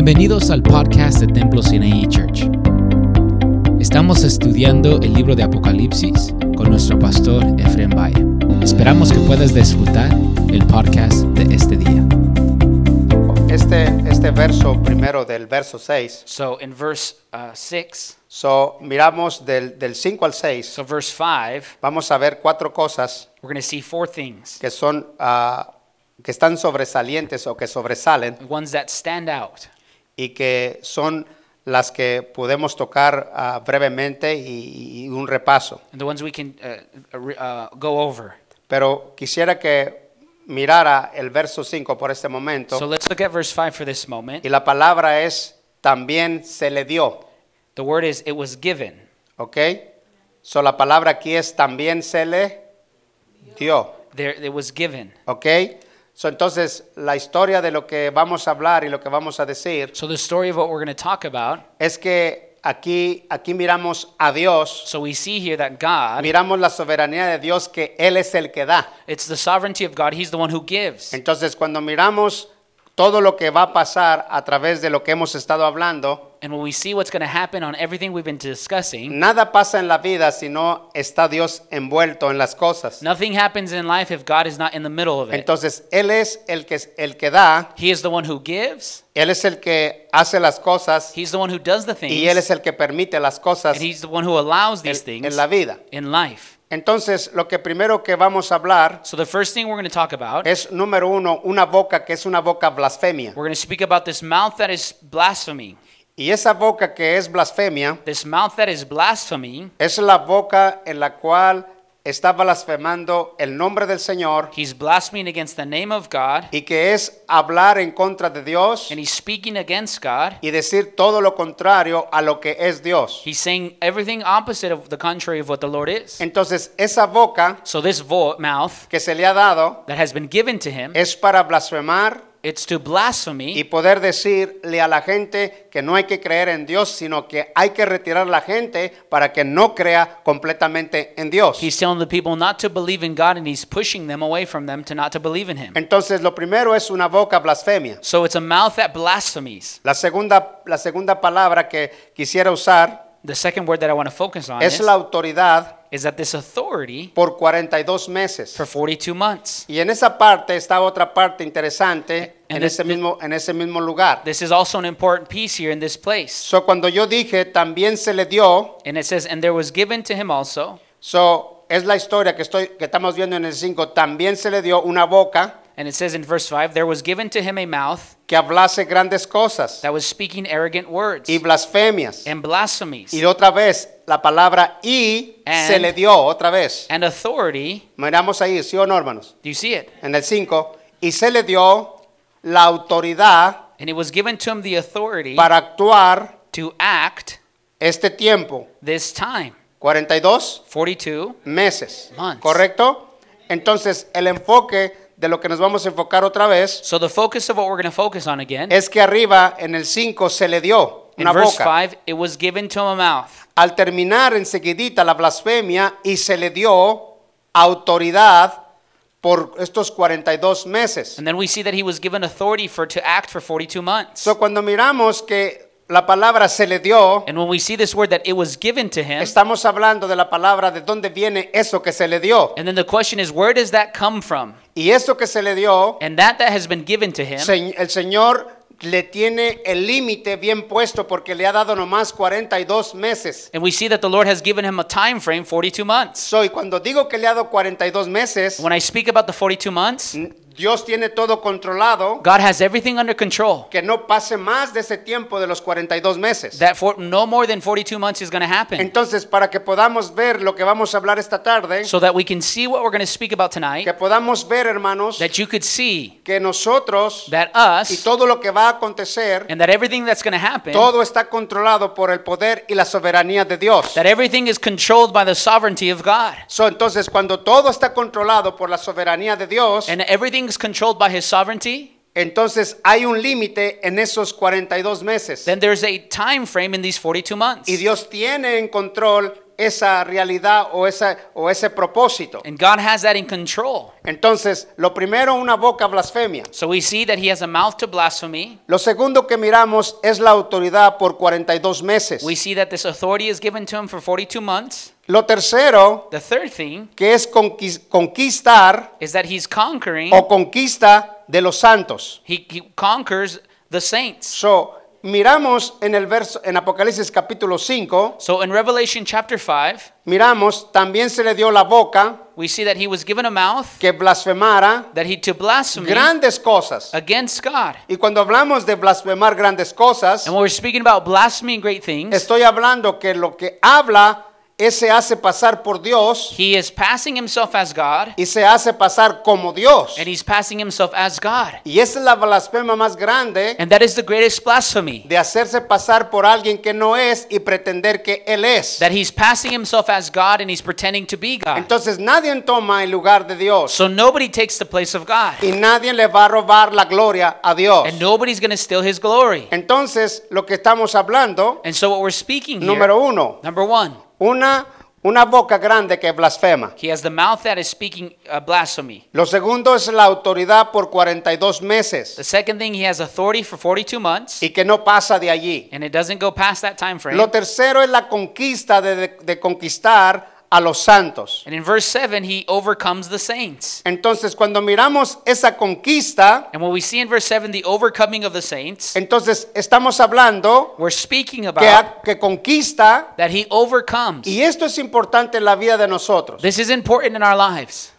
Bienvenidos al podcast de Templo CNI Church. Estamos estudiando el libro de Apocalipsis con nuestro pastor Efrén Valle. Esperamos que puedas disfrutar el podcast de este día. Este, este verso primero del verso 6. So in verse uh, 6, So, miramos del, 5 al 6. so verse 5, Vamos a ver cuatro cosas we're going to see four things. que son ah, que están sobresalientes o que sobresalen Ones that stand out. y que son las que podemos tocar ah, brevemente y, y un repaso. And the ones we can uh, uh, re- uh, go over. Pero quisiera que mirara el verso 5 por este So momento let's look at verse 5 for this moment. y la palabra es también se le dio, The word is, it was given. ¿ok? So, la palabra aquí es también se le dio. There, it was given. ¿Ok? So, entonces, la historia de lo que vamos a hablar y lo que vamos a decir So the story of what we're going to talk about. es que aquí, aquí miramos a Dios, So we see here that God, miramos la soberanía de Dios que Él es el que da. it's the sovereignty of God. He's the one who gives. Entonces, cuando miramos todo lo que va a pasar a través de lo que hemos estado hablando, And when we see what's going to happen on everything we've been discussing, nada pasa en la vida si no está Dios envuelto en las cosas. nothing happens in life if God is not in the middle of it. Entonces, Él es el que, el que da, He is the one who gives. Él es el que hace las cosas He's the one who does the things. y Él es el que permite las cosas and he's the one who allows these en- things en la vida. in life. Entonces, lo que primero que vamos a hablar So the first thing we're going to talk about, es, número uno, una boca que es una boca blasfemia. we're going to speak about this mouth that is blasphemy. Y esa boca que es blasfemia This mouth that is blasphemy, es la boca en la cual está blasfemando el nombre del Señor he's blaspheming against the name of God, y que es hablar en contra de Dios and he's speaking against God. y decir todo lo contrario a lo que es Dios. He's saying everything opposite of the contrary of what the Lord is. Entonces, esa boca So this vo- mouth que se le ha dado that has been given to him, es para blasfemar it's to y blasphemy poder decirle a la gente que no hay que creer en Dios, sino que hay que retirar a la gente para que no crea completamente en Dios. He's telling the people not to believe in God, and he's pushing them away from them to not to believe in Him. Entonces, lo primero es una boca blasfemia. So it's a mouth that blasphemies. La segunda, la segunda palabra que quisiera usar The second word that I want to focus on es is- la autoridad is that this authority por 42 meses. for 42 months. Y en esa parte está otra parte interesante And en this- ese mismo, en ese mismo lugar. This is also an important piece here in this place. So, cuando yo dije, también se le dio, And it says, and there was given to him also, so, es la historia que, estoy, que estamos viendo en el 5, también se le dio una boca and it says in verse 5, there was given to him a mouth que hablase grandes cosas that was speaking arrogant words y blasfemias. and blasphemies Y otra vez, la palabra y se And- le dio otra vez. and authority. Miramos ahí, ¿sí o no, hermanos? Do you see it? En el 5, y se le dio la autoridad And it was given to him the authority para actuar to act este tiempo, this time. 42 42. meses, Months. ¿correcto? Entonces, el enfoque de lo que nos vamos a enfocar otra vez So the focus of what we're going to focus on again, es que arriba en el 5 se le dio in una verse boca. 5, it was given to him a mouth. Al terminar enseguidita la blasfemia y se le dio autoridad por estos 42 meses. And then we see that he was given authority for to act for 42 months. So, cuando miramos que la palabra se le dio, And when we see this word that it was given to him, estamos hablando de la palabra de dónde viene eso que se le dio. and then the question is, where does that come from? Y eso que se le dio, And that that has been given to him, se- el Señor le tiene el límite bien puesto porque le ha dado nomás 42 meses. and we see that the Lord has given him a time frame, 42 months. Soy cuando digo que le ha dado 42 meses, When I speak about the 42 months, n- Dios tiene todo controlado, God has everything under control. que no pase más de ese tiempo de los 42 meses. That for no more than 42 months is going to happen. Entonces, para que podamos ver lo que vamos a hablar esta tarde, So that we can see what we're going to speak about tonight, que podamos ver, hermanos, that you could see que nosotros that y us todo lo que va a acontecer and that everything that's going to happen, Todo está controlado por el poder y la soberanía de Dios. that everything is controlled by the sovereignty of God. So, entonces, cuando todo está controlado por la soberanía de Dios, And everything is controlled by his sovereignty. entonces hay un límite en esos 42 meses. Then there's a time frame in these 42 months. Y Dios tiene en control esa realidad o, esa, o ese propósito. And God has that in control. Entonces, lo primero, una boca blasfemia. So we see that he has a mouth to blasphemy. Lo segundo que miramos es la autoridad por 42 meses. We see that this authority is given to him for 42 months. Lo tercero, The third thing que es conquis- conquistar is that he's conquering, o conquista de los santos. he, he conquers the saints. So, miramos en el verso en Apocalipsis capítulo 5, So in Revelation chapter 5, miramos también se le dio la boca we see that he was given a mouth que blasfemara that he to blaspheme grandes cosas. against God. Y cuando hablamos de blasfemar grandes cosas, And when we're speaking about blasphemy and great things, estoy hablando que lo que habla ese hace pasar por Dios he is passing himself as God, y se hace pasar como Dios. and he's passing himself as God. Y esa es la blasfema más grande And that is the greatest blasphemy. de hacerse pasar por alguien que no es y pretender que él es. That he's passing himself as God and he's pretending to be God. Entonces nadie toma el lugar de Dios So nobody takes the place of God. y nadie le va a robar la gloria a Dios. And nobody's going to steal his glory. Entonces lo que estamos hablando, And so what we're speaking here, número uno, number one, una, una boca grande que blasfema. he has the mouth that is speaking uh, blasphemy. Lo segundo es la autoridad por 42 The meses second thing, he has authority for 42 months, y que no pasa de allí. and it doesn't go past that time frame. Lo tercero es la conquista de- de- de conquistar a los santos. And in verse 7, he overcomes the saints. Entonces cuando miramos esa conquista, And what we see in verse 7, the overcoming of the saints, Entonces estamos hablando we're speaking que, about que conquista that he overcomes. y esto es importante en la vida de nosotros. This is important in our lives.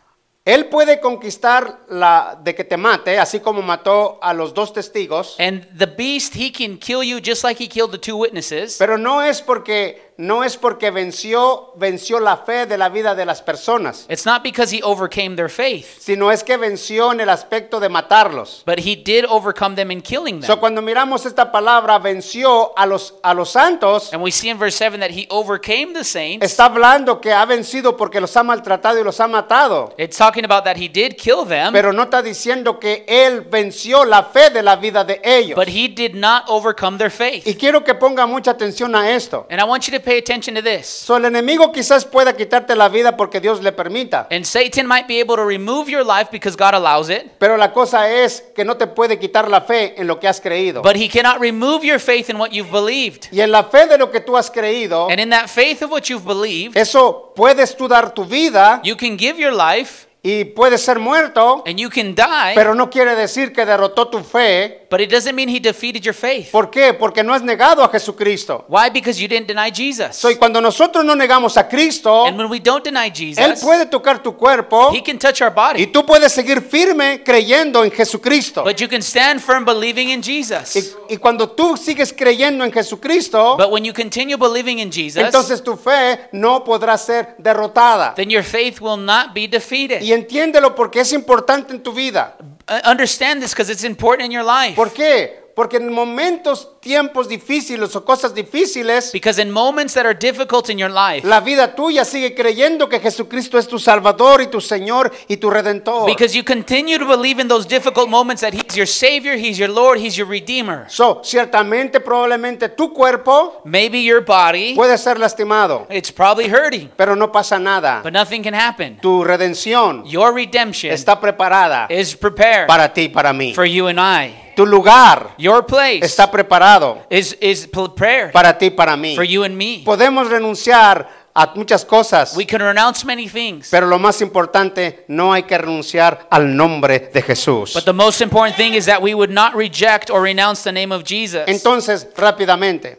Él puede conquistar la de que te mate, así como mató a los dos testigos, And the beast, he can kill you just like he killed the two witnesses. pero no es porque no es porque venció venció la fe de la vida de las personas, It's not because he overcame their faith, sino es que venció en el aspecto de matarlos. but he did overcome them in killing So, them. cuando miramos esta palabra venció a los a los santos, And we see in verse 7 that he overcame the saints. está hablando que ha vencido porque los ha maltratado y los ha matado. It's talking about that he did kill them, Pero no está diciendo que él venció la fe de la vida de ellos. but he did not overcome their y faith. quiero que ponga mucha atención a esto. And I want you to pay attention to this. So, el enemigo quizás pueda quitarte la vida porque Dios le permita. And Satan might be able to remove your life because God allows it, Pero la cosa es que no te puede quitar la fe en lo que has creído. but he cannot remove your faith in what you've believed. y en la fe de lo que tú has creído, And in that faith of what you've believed, eso puedes tú dar tu vida you can give your life y puedes ser muerto, and you can die, pero no quiere decir que derrotó tu fe. but it doesn't mean he defeated your faith. ¿Por qué? Porque no has negado a Jesucristo. Why? Because you didn't deny Jesus. So, y cuando nosotros no negamos a Cristo, And when we don't deny Él Jesus, puede tocar tu cuerpo. he can touch our Y body, tú puedes seguir firme creyendo en Jesucristo. but you can stand firm believing in Jesus. Y, y cuando tú sigues creyendo en Jesucristo, But when you continue believing in Jesus, entonces tu fe no podrá ser derrotada. then your faith will not be Y defeated. entiéndelo porque es importante en tu vida. Uh, Understand this because it's important in your life. ¿Por qué? Porque en momentos, tiempos difíciles o cosas difíciles, Because in moments that are difficult in your life, la vida tuya sigue creyendo que Jesucristo es tu Salvador y tu Señor y tu Redentor. because you continue to believe in those difficult moments that He's your Savior, He's your Lord, He's your Redeemer. So, ciertamente, probablemente tu cuerpo Maybe your body, puede ser lastimado, it's probably hurting, pero no pasa nada. but nothing can happen. Tu redención Your redemption está preparada is prepared para ti y para mí. for you and I. Tu lugar Your place está preparado is, is prepared para ti y para mí. for you and me. Podemos renunciar a muchas cosas, We can renounce many things, pero lo más importante, no hay que renunciar al nombre de Jesús. but the most important thing is that we would not reject or renounce the name of Jesus. Entonces, rápidamente,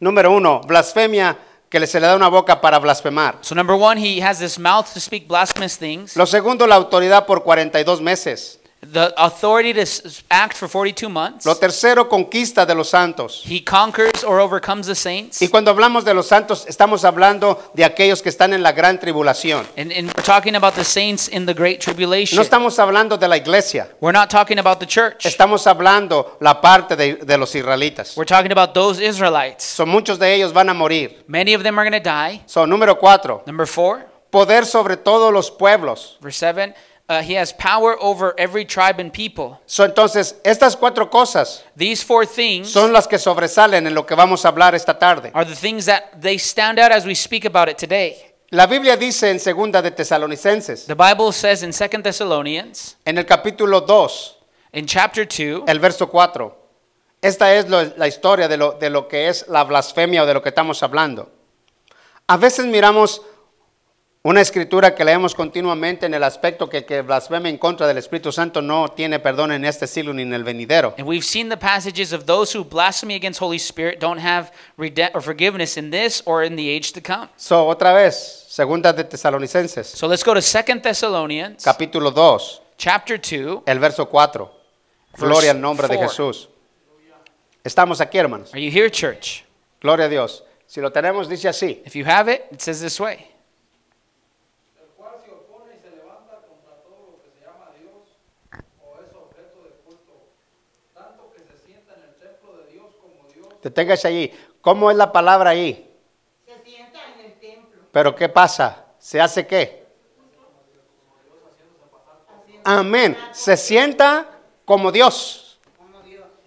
número uno, blasfemia que se le da una boca para blasfemar. So number one, he has this mouth to speak blasphemous things, Lo segundo, la autoridad por 42 meses. the authority to s- act for 42 months. Lo tercero, conquista de los santos. He conquers or overcomes the saints. Y cuando hablamos de los santos, estamos hablando de aquellos que están en la gran tribulación. And, and we're talking about the saints in the great tribulation. No estamos hablando de la iglesia. We're not talking about the church. Estamos hablando la parte de, de los israelitas. We're talking about those Israelites. Son muchos de ellos van a morir. Many of them are going to die. Son número cuatro, Number four, poder sobre todos los pueblos. verse seven, Uh, he has power over every tribe and people. So, entonces, estas cuatro cosas These four things son las que sobresalen en lo que vamos a hablar esta tarde. are the things that they stand out as we speak about it today. La Biblia dice en segunda de Tesalonicenses, The Bible says in 2 Thessalonians, en el capítulo 2, in chapter 2, el verso 4. Esta es lo- la historia de lo, de lo que es la blasfemia o de lo que estamos hablando. A veces miramos una escritura que leemos continuamente en el aspecto que, que blasfemia en contra del Espíritu Santo no tiene perdón en este siglo ni en el venidero. and we've seen the passages of those who blasphemy against Holy Spirit don't have rede- or forgiveness in this or in the age to come. So, otra vez, segunda de Tesalonicenses, So let's go to 2 Thessalonians, capítulo 2, chapter 2. el verso 4. Verse Gloria al nombre de four. Jesús. Estamos aquí, hermanos. Are you here, church? Gloria a Dios. Si lo tenemos, dice así. If you have it, it says this way. el cual se opone y se levanta contra todo lo que se llama Dios o es objeto de culto, tanto que se sienta en el templo de Dios como Dios Deténgase allí. ¿Cómo es la palabra ahí? se sienta en el templo. Pero ¿qué pasa? ¿Se hace qué? Amén. Se sienta como Dios.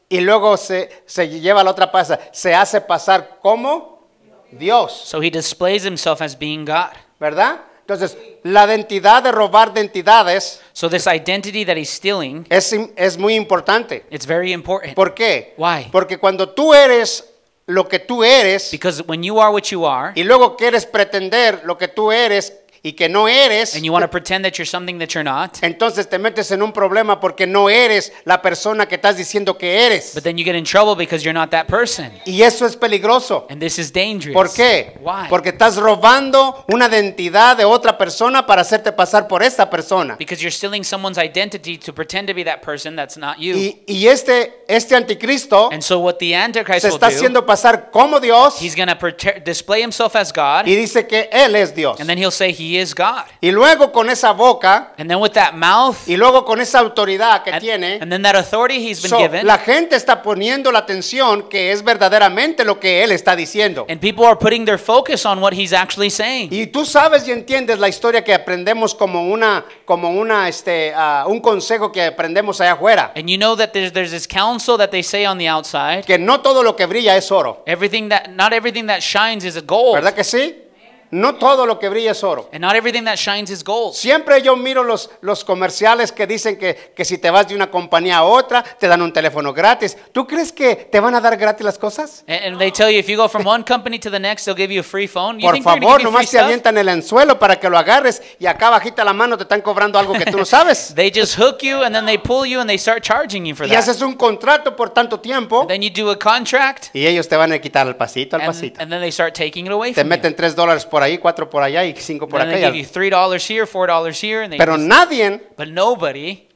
Y luego se, se lleva a la otra pasa. Se hace pasar como Dios. So he displays himself as being God. ¿Verdad? Entonces, la identidad de robar de entidades So this identity that he's stealing, es, im- es muy importante. it's very important. ¿Por qué? Why? Porque cuando tú eres lo que tú eres Because when you are what you are, y luego quieres pretender lo que tú eres y que no eres, and you want to pretend that you're something that you're not, Entonces te metes en un problema porque no eres la persona que estás diciendo que eres. but then you get in trouble because you're not that person. Y eso es peligroso. And this is dangerous. ¿Por qué? Why? Porque estás robando una identidad de otra persona para hacerte pasar por esa persona. because you're stealing someone's identity to pretend to be that person that's not you. Y, y este, este anticristo and so what the Antichrist se will está do, haciendo pasar como Dios he's going to display himself as God, y dice que Él es Dios. and then he'll say he is God. Y luego con esa boca And then with that mouth, y luego con esa autoridad que and, tiene, and then that authority he's been so, given, la gente está poniendo la atención que es verdaderamente lo que Él está diciendo. and people are putting their focus on what he's actually saying. Y tú sabes y entiendes la historia que aprendemos como una, como una, este, ah, un consejo que aprendemos allá afuera, and you know that there's, there's this counsel that they say on the outside. que no todo lo que brilla es oro, Everything that not everything that shines is a gold, ¿verdad que sí? No todo lo que brilla es oro. and not everything that shines is gold. Siempre yo miro los, los comerciales que dicen que, que si te vas de una compañía a otra, te dan un teléfono gratis. ¿Tú crees que te van a dar gratis las cosas? And, and they tell you if you go from one company to the next, they'll give you a free phone. You Por think they're gonna favor, give you free nomás te stuff? avientan el anzuelo para que lo agarres y acá bajita la mano te están cobrando algo que tú no sabes. They just hook you and then they pull you and they start charging you for Y that. haces un contrato por tanto tiempo. And then you do a contract Y ellos te van a quitar al pasito, al and, pasito. and then they start taking it away te from you. meten tres dólares por ahí, cuatro por allá y cinco por and then they acá. give you three dollars here, four dollars here, and they Pero just- nadie but nobody,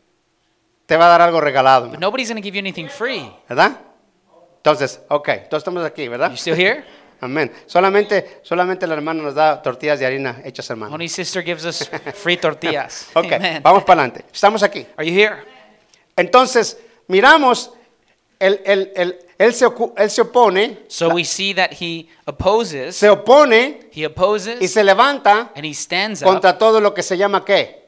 te va a dar algo regalado, but man, nobody's gonna give you anything free. ¿verdad? Entonces, ok, todos estamos aquí, ¿verdad? You still here? Amén. Solamente, solamente la hermana nos da tortillas de harina hechas, hermano. Only sister gives us free tortillas. Ok, Amen. vamos para adelante. Estamos aquí. Are you here? Entonces, miramos, él, él- él- él se, ocu- él se opone, So we see that he opposes. se opone He y opposes se levanta and he stands up contra todo lo que se llama qué?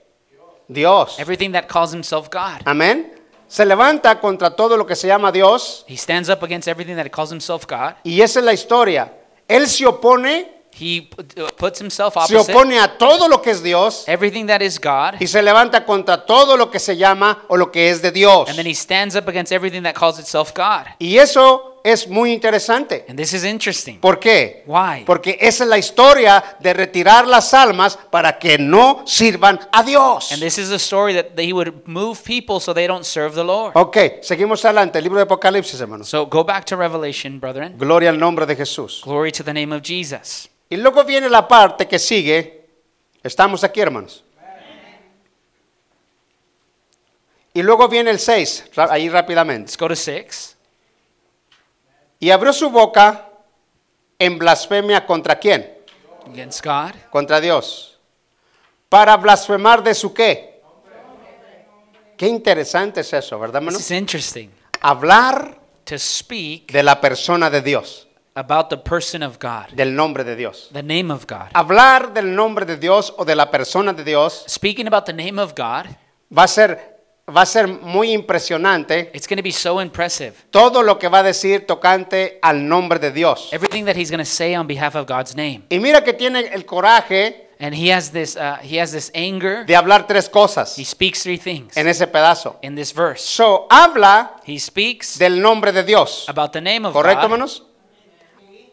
Dios. everything that calls himself Ah. God. Amén. Se levanta contra todo lo que se llama Dios. He stands up against everything that calls himself God. Y esa es la historia. Él se opone, He p- uh, puts himself se opposite opone a todo lo que es Dios everything that is God, y se levanta contra todo lo que se llama o lo que es de Dios. and then he stands up against everything that calls itself God. Y eso es muy interesante. And this is interesting. ¿Por qué? Why? Porque esa es la historia de retirar las almas para que no sirvan a Dios. And this is a story that he would move people so they don't serve the Lord. Ok, seguimos adelante. El libro de Apocalipsis, hermanos. So go back to Revelation, brethren. Gloria al nombre de Jesús. Glory to the name of Jesus. Y luego viene la parte que sigue. Estamos aquí, hermanos. Y luego viene el 6, ahí rápidamente. Let's go to 6. Y abrió su boca en blasfemia contra quién? Against God. Contra Dios. Para blasfemar de su qué. Qué interesante es eso, ¿verdad, hermano? This is interesting. Hablar To speak de la persona de Dios, about the person of God, del nombre de Dios. the name of God. Hablar del nombre de Dios o de la persona de Dios Speaking about the name of God va a ser, va a ser muy impresionante It's going to be so impressive. todo lo que va a decir tocante al nombre de Dios. Everything that he's going to say on behalf of God's name. Y mira que tiene el coraje And he has this, uh, he has this anger. de hablar tres cosas He speaks three things en ese pedazo. in this verse. So, habla He speaks del nombre de Dios. about the name of ¿Correcto, God. hermanos?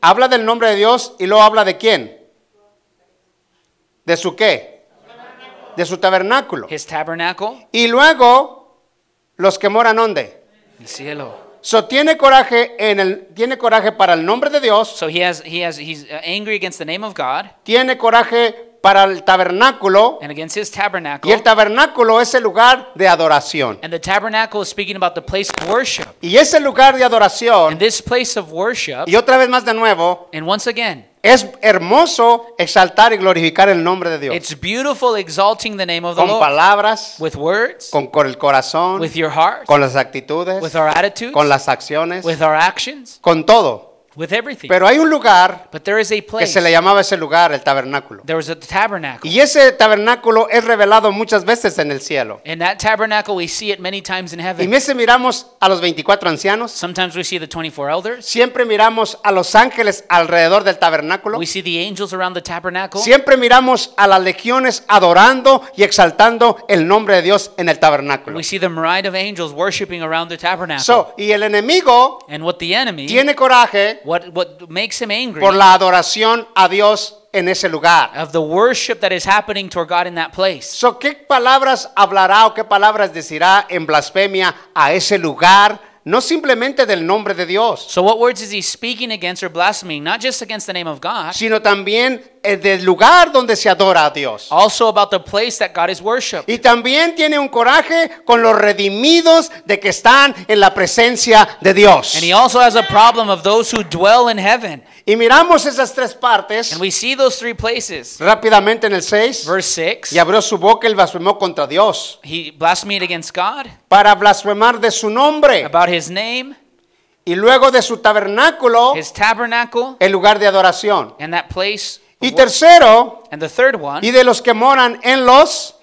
Habla del nombre de Dios y luego habla de quién. ¿De su qué? De su tabernáculo. His tabernacle. Y luego, los que moran donde. El cielo. So, tiene coraje, en el, tiene coraje para el nombre de Dios, So he has, he has, he's uh, angry against the name of God tiene coraje para el tabernáculo, and against his y el tabernacle. tabernáculo es el lugar de adoración. And the tabernacle is speaking about the place of worship. Y ese lugar de adoración, And this place of worship, y otra vez más de nuevo, and once again, es hermoso exaltar y glorificar el nombre de Dios. it's beautiful exalting the name of the Con Lord palabras, with words, con, con el corazón, with your heart, con las actitudes, with our attitudes, con las acciones, with our actions, con todo. with everything. Pero hay un lugar But there is a que place. se le llamaba ese lugar el tabernáculo. There was a tabernacle. Y ese tabernáculo es revelado muchas veces en el cielo. And that tabernacle, we see it many times in Y heaven. veces miramos a los 24 ancianos, Sometimes we see the 24 elders. siempre miramos a los ángeles alrededor del tabernáculo, We see the angels around the tabernacle. siempre miramos a las legiones adorando y exaltando el nombre de Dios en el tabernáculo. We see the myriad of angels worshiping around the tabernacle. So, y el enemigo and what the enemy, tiene coraje what, what makes him angry por la adoración a Dios en ese lugar. of the worship that is happening toward God in that place. So, ¿Qué palabras hablará o qué palabras decirá en blasfemia a ese lugar? No simplemente del nombre de Dios, So, what words is he speaking against or blaspheming? Not just against the name of God, sino también eh, del lugar donde se adora a Dios. also about the place that God is worshipped. Y también tiene un coraje con los redimidos de que están en la presencia de Dios. And he also has a problem of those who dwell in heaven. Y miramos esas tres partes And we see those three places. rápidamente en el 6. Verse 6, Y abrió su boca y blasfemó contra Dios. he blasphemed against God para blasfemar de su nombre about his name, y luego de su tabernáculo his tabernacle, el lugar de adoración. and that place. of Y worship. tercero, And the third one, y de los que moran en los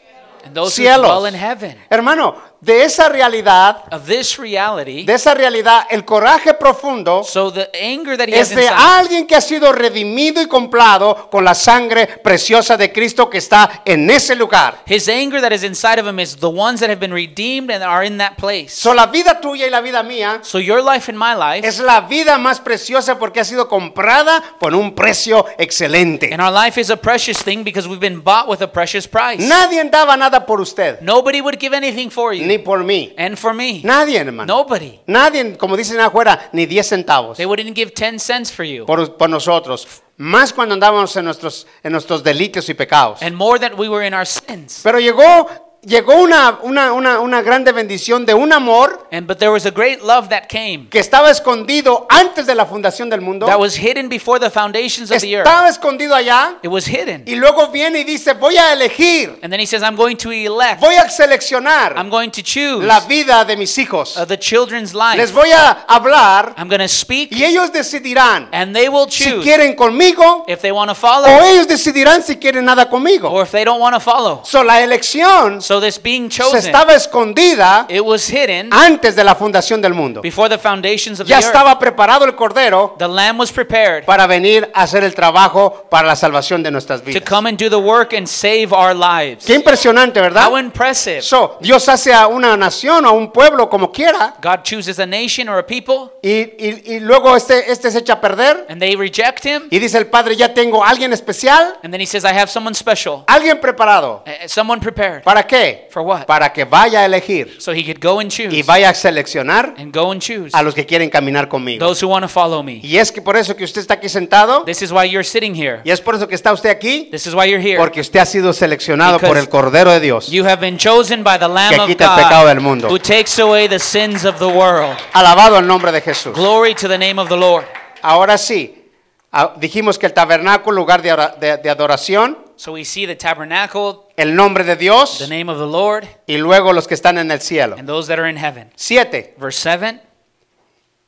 and those who cielos. dwell in heaven. Hermano, de esa realidad, Of this reality, de esa realidad, el coraje profundo So the anger that he es has de inside, alguien que ha sido redimido y comprado con la sangre preciosa de Cristo que está en ese lugar. his anger that is inside of him is the ones that have been redeemed and are in that place. So, la vida tuya y la vida mía So your life and my life, es la vida más preciosa porque ha sido comprada por un precio excelente. and our life is a precious thing because we've been bought with a precious price. Nadie daba nada por usted, Nobody would give anything for you ni por mí. and for me. Nadie, hermano. Nobody. Nadie, como dicen afuera, ni 10 centavos They wouldn't give 10 cents for you. por, por nosotros. Más cuando andábamos en nuestros, en nuestros delitos y pecados. And more that we were in our sins. Pero llegó, llegó una, una, una, una grande bendición de un amor And but there was a great love that came. que estaba escondido antes de la fundación del mundo. That was hidden before the foundations of the earth. Estaba escondido allá. It was hidden. Y luego viene y dice, voy a elegir, And then he says, I'm going to elect. voy a seleccionar I'm going to choose la vida de mis hijos. uh, the children's life. Les voy a hablar I'm going to speak y ellos decidirán and they will si choose quieren conmigo if they want to O follow ellos decidirán si quieren nada conmigo. or if they don't want to follow. So, la elección So this being se chosen, estaba escondida it was hidden antes de la fundación del mundo. before the foundations of the Ya earth. estaba preparado el Cordero The lamb was prepared para venir a hacer el trabajo para la salvación de nuestras to vidas. come and do the work and save our lives. Qué impresionante, ¿verdad? How impressive. So, Dios hace a una nación o a un pueblo como quiera God chooses a nation or a people y, y- y luego este, este se echa a perder and they reject him y dice el Padre, ya tengo a alguien especial, and then he says, I have someone special, alguien preparado. uh, someone prepared. ¿Para qué? For what? Para que vaya a elegir So he could go and y choose vaya a seleccionar and go and choose a los que quieren caminar conmigo. those who want to follow me. Y es que por eso que usted está aquí sentado, This is why you're sitting here. y es por eso que está usted aquí, This is why you're here. porque usted ha sido seleccionado Because por el Cordero de Dios. You have been chosen by the Lamb Que of quita el pecado del God mundo. who takes away the sins of the world. Alabado el nombre de Jesús. Glory to the name of the Lord. Ahora sí, ah, dijimos que el tabernáculo, lugar de, ora- de- de adoración, So we see the tabernacle, el nombre de the Dios, name of the Lord, y luego los que están en el cielo. and those that are in heaven. Siete, Verse 7,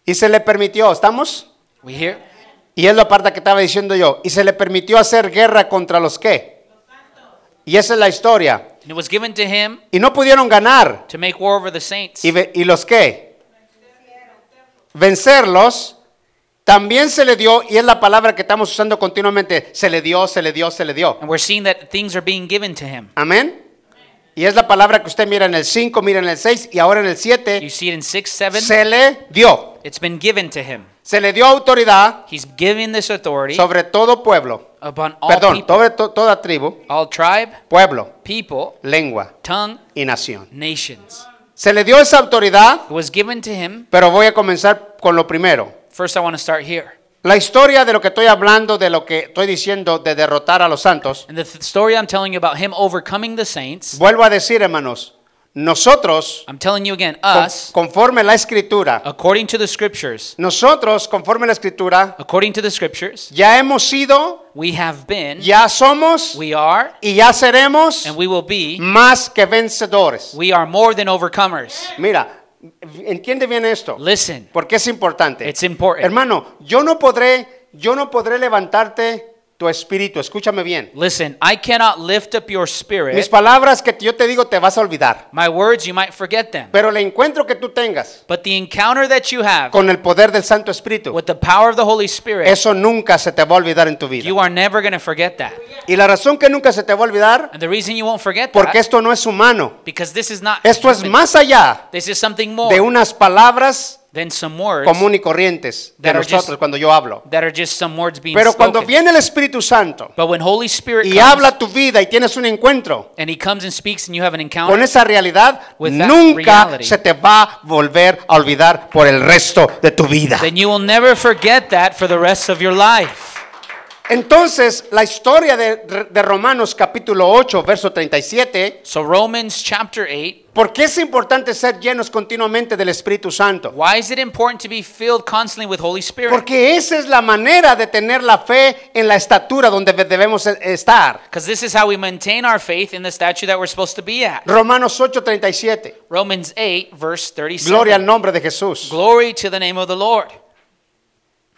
y se le permitió, ¿estamos? we hear, Y es la parte que estaba diciendo yo, y se le permitió hacer guerra contra los qué. Y esa es la historia. And it was given to him Y no pudieron ganar. to make war over the saints. ¿Y, ve- y los qué? Vencerlos. También se le dio, y es la palabra que estamos usando continuamente, se le dio, se le dio, se le dio. And we're seeing that things are being given to him. Amén. Y es la palabra que usted mira en el 5, mira en el 6 y ahora en el You 7. see it in 6 7. Se le dio. It's been given to him. Se le dio autoridad He's given this authority sobre todo pueblo. upon all Perdón, Oh, people, sobre to- toda tribu, all tribe, pueblo, people, lengua tongue, y nación. nations. Se le dio esa autoridad, It was given to him. pero voy a comenzar con lo primero. First, I want to start here. La historia de lo que estoy hablando, de lo que estoy diciendo de derrotar a los santos, And the th- story I'm telling you about him overcoming the saints, vuelvo a decir, hermanos, nosotros, I'm telling you again, con- us, conforme la escritura, according to the scriptures, nosotros, conforme la escritura, according to the scriptures, ya hemos sido, we have been, ya somos Mm. we are, y ya seremos and we will be. más que vencedores. We are more than overcomers. Mira, entiende bien esto. Listen, Porque es importante. It's important. Hermano, yo no podré, yo no podré levantarte tu espíritu. Escúchame bien. listen, I cannot lift up your Mis spirit. palabras que yo te digo te vas a olvidar. My words, you might forget them. Pero el encuentro que tú tengas But the encounter that you have con el poder del Santo Espíritu, with the power of the Holy Spirit, eso nunca se te va a olvidar en tu vida. you are never going to forget that. Y la razón que nunca se te va a olvidar, And the reason you won't forget porque that, esto no es humano. because this is not Esto es human. más allá This is something de more unas palabras than some words común y corrientes de That are nosotros just- cuando yo hablo. that are just some words being Pero cuando spoken. viene el Espíritu Santo but when Holy Spirit y comes habla tu vida y tienes un encuentro, and He comes and speaks and you have an encounter, con esa realidad, With that nunca reality. se te va a volver a olvidar por el resto de tu vida. then you will never forget that for the rest of your life. Entonces, la historia de, de Romanos capítulo 8, verso 37, So Romans chapter 8, ¿por qué es importante ser llenos continuamente del Espíritu Santo? why is it important to be filled constantly with Holy Spirit? Porque esa es la manera de tener la fe en la estatura donde debemos e, estar. Because this is how we maintain our faith in the statue that we're supposed to be at. Romanos 8, 37. Romans 8, verse 37. Gloria al nombre de Jesús. Glory to the name of the Lord.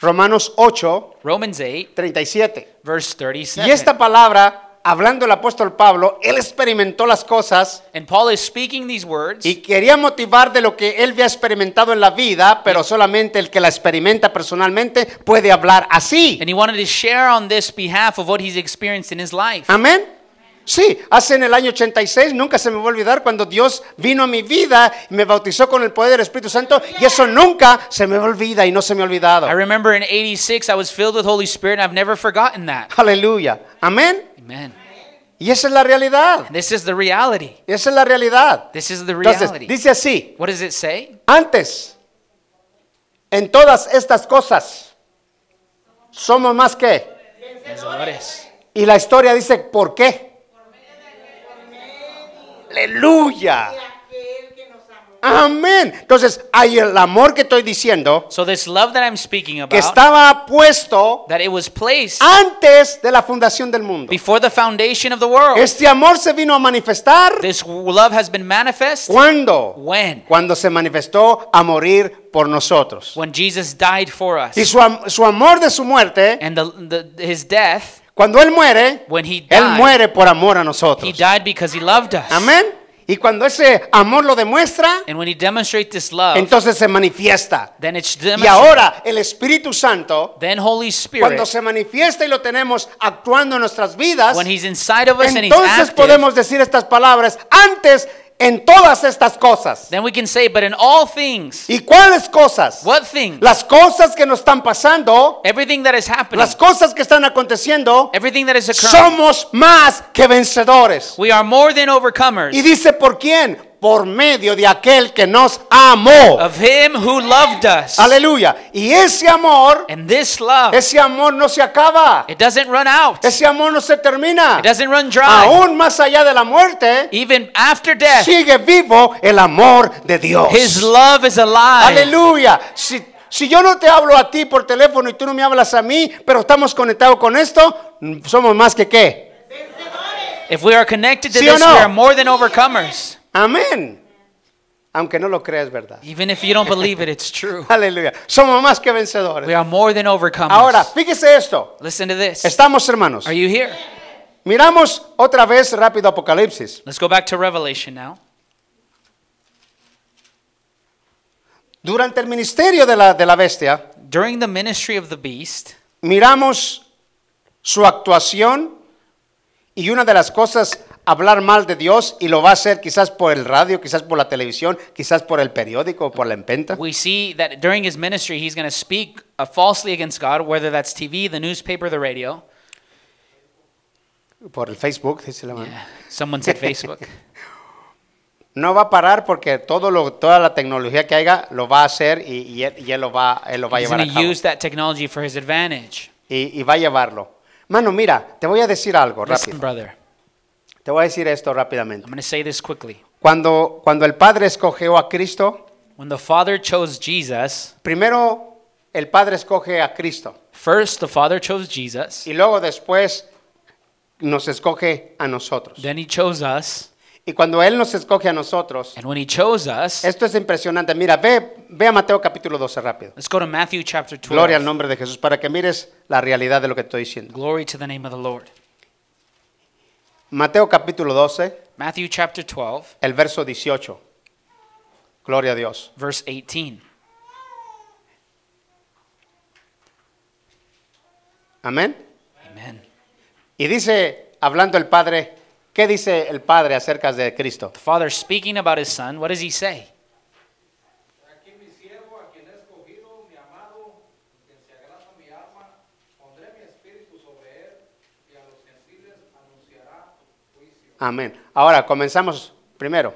Romanos 8, Romans 8, 37. verse Y 37. esta palabra, hablando el apóstol Pablo, él experimentó las cosas And Paul is speaking these words. y quería motivar de lo que él había experimentado en la vida, pero solamente el que la experimenta personalmente puede hablar así. And he wanted to share on this behalf of what he's experienced in his life. Amén. Sí, hace en el año 86, nunca se me va a olvidar cuando Dios vino a mi vida y me bautizó con el poder del Espíritu Santo y eso nunca se me olvida y no se me ha olvidado. I remember in 86 I was filled with Holy Spirit and I've never forgotten that. Aleluya. Amén. Amen. Y esa es la realidad. This is the reality. Esa es la realidad. This is the Entonces, reality. dice así, What does it say? Antes, en todas estas cosas, somos más que. Vencedores. Y la historia dice, ¿por qué? Aleluya. aquel que nos amó. Amén. Entonces, hay el amor que estoy diciendo, So this love that I'm speaking que Ah. about, estaba puesto that it was placed antes de la fundación del mundo. before the foundation of the world. Este amor se vino a manifestar This love has been manifest cuando, when? cuando se manifestó a morir por nosotros. When Jesus died for Y us. su, am- su amor de su muerte, And the, the, his death, cuando Él muere, when he Él died, muere por amor a he nosotros. died because he loved us. Amén. Y cuando ese amor lo demuestra, And when he demonstrates this love, entonces se manifiesta. then it's Y demonstrated. ahora el Espíritu Santo, Then Holy Spirit, cuando se manifiesta y lo tenemos actuando en nuestras vidas, when he's inside of us and he's entonces active, podemos decir estas palabras antes en todas estas cosas. then we can say, but in all things, ¿Y cuáles cosas? what things? Las cosas que nos están pasando, Everything that is happening, las cosas que están aconteciendo, everything that is occurring, somos más que vencedores. we are more than overcomers Y dice, ¿por quién? Por medio de aquel que nos amó. of him who loved us. Aleluya. Y ese amor, And this love, ese amor no se acaba. it doesn't run out. It Ese amor no se termina. doesn't run dry. Aún más allá de la muerte, Even after death, sigue vivo el amor de his Dios. love is alive. Aleluya. Si, si yo no te hablo a ti por teléfono y tú no me hablas a mí, pero estamos conectados con esto, mm, somos más que qué. If we are connected to Sí o this, we no? are more than overcomers. Amén. Aunque no lo creas, ¿verdad? Even if you don't believe it, it's true. Aleluya. Somos más que We vencedores. are more than overcomers. Ahora, fíjese esto. Listen to this. Estamos, hermanos. Are you here? Miramos otra vez rápido Apocalipsis. Let's go back to Revelation now. Durante el ministerio de la, de la bestia, During the ministry of the beast, miramos su actuación y una de las cosas, hablar mal de Dios, y lo va a hacer quizás por el radio, quizás por la televisión, quizás por el periódico o por la imprenta. we see that during his ministry, he's going to speak uh, falsely against God, whether that's TV, the newspaper, the radio. Por el Facebook, dice la mano. Someone said Facebook. No va a parar porque todo lo, toda la tecnología que haya lo va a hacer y, y él, y él lo va, él lo va a he's llevar going a to cabo. use that technology for his advantage. Y, y va a llevarlo. Mano, mira, te voy a decir algo Listen, rápido. brother, Te voy a decir esto I'm rápidamente. going to say this quickly. Cuando, cuando el Padre escogió a Cristo, When the Father chose Jesus, primero el Padre escoge a Cristo. first the Father chose Jesus, Y luego después nos escoge a nosotros. then he chose us, Y cuando Él nos escoge a nosotros, and when he chose us, esto es impresionante. Mira, ve, ve a Mateo capítulo 12 rápido. let's go to Matthew chapter 12. Gloria al nombre de Jesús para que mires la realidad de lo que estoy diciendo. Glory to the name of the Lord. Mateo capítulo 12, Matthew chapter 12, el verso 18. Gloria a Dios. verse 18. Amén. Amen. Y dice, hablando el Padre, ¿qué dice el Padre acerca de Cristo? The Father speaking about his Son, what does he say? He aquí mi siervo, a quien he escogido, mi amado, en quien se agrada mi alma, pondré mi espíritu sobre él, y a los gentiles anunciará tu juicio. Amén. Ahora comenzamos primero.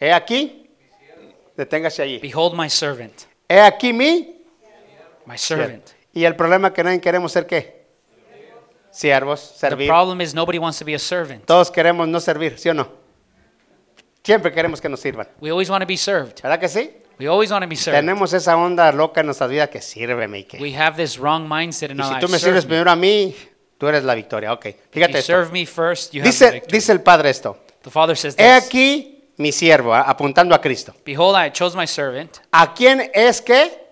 He aquí, deténgase allí. Behold my servant, He aquí mi my servant. Y el problema es que nadie queremos ser qué? Siervos, The servir. problem is nobody wants to be a servant. Todos queremos no servir, ¿sí o no? Siempre queremos que nos sirvan. We always want to be served. ¿Verdad que sí? We always want to be served. Tenemos esa onda loca en nuestras vidas que sírveme y que. We have this wrong mindset in Y our si lives. tú me Serve sirves me. primero a mí, tú eres la victoria. Ok, If fíjate you esto. serve me first, you have the Dice, victory. dice el Padre esto. The Father says He this. aquí mi siervo, ah, apuntando a Cristo. Behold, I chose my servant. ¿A quién es que?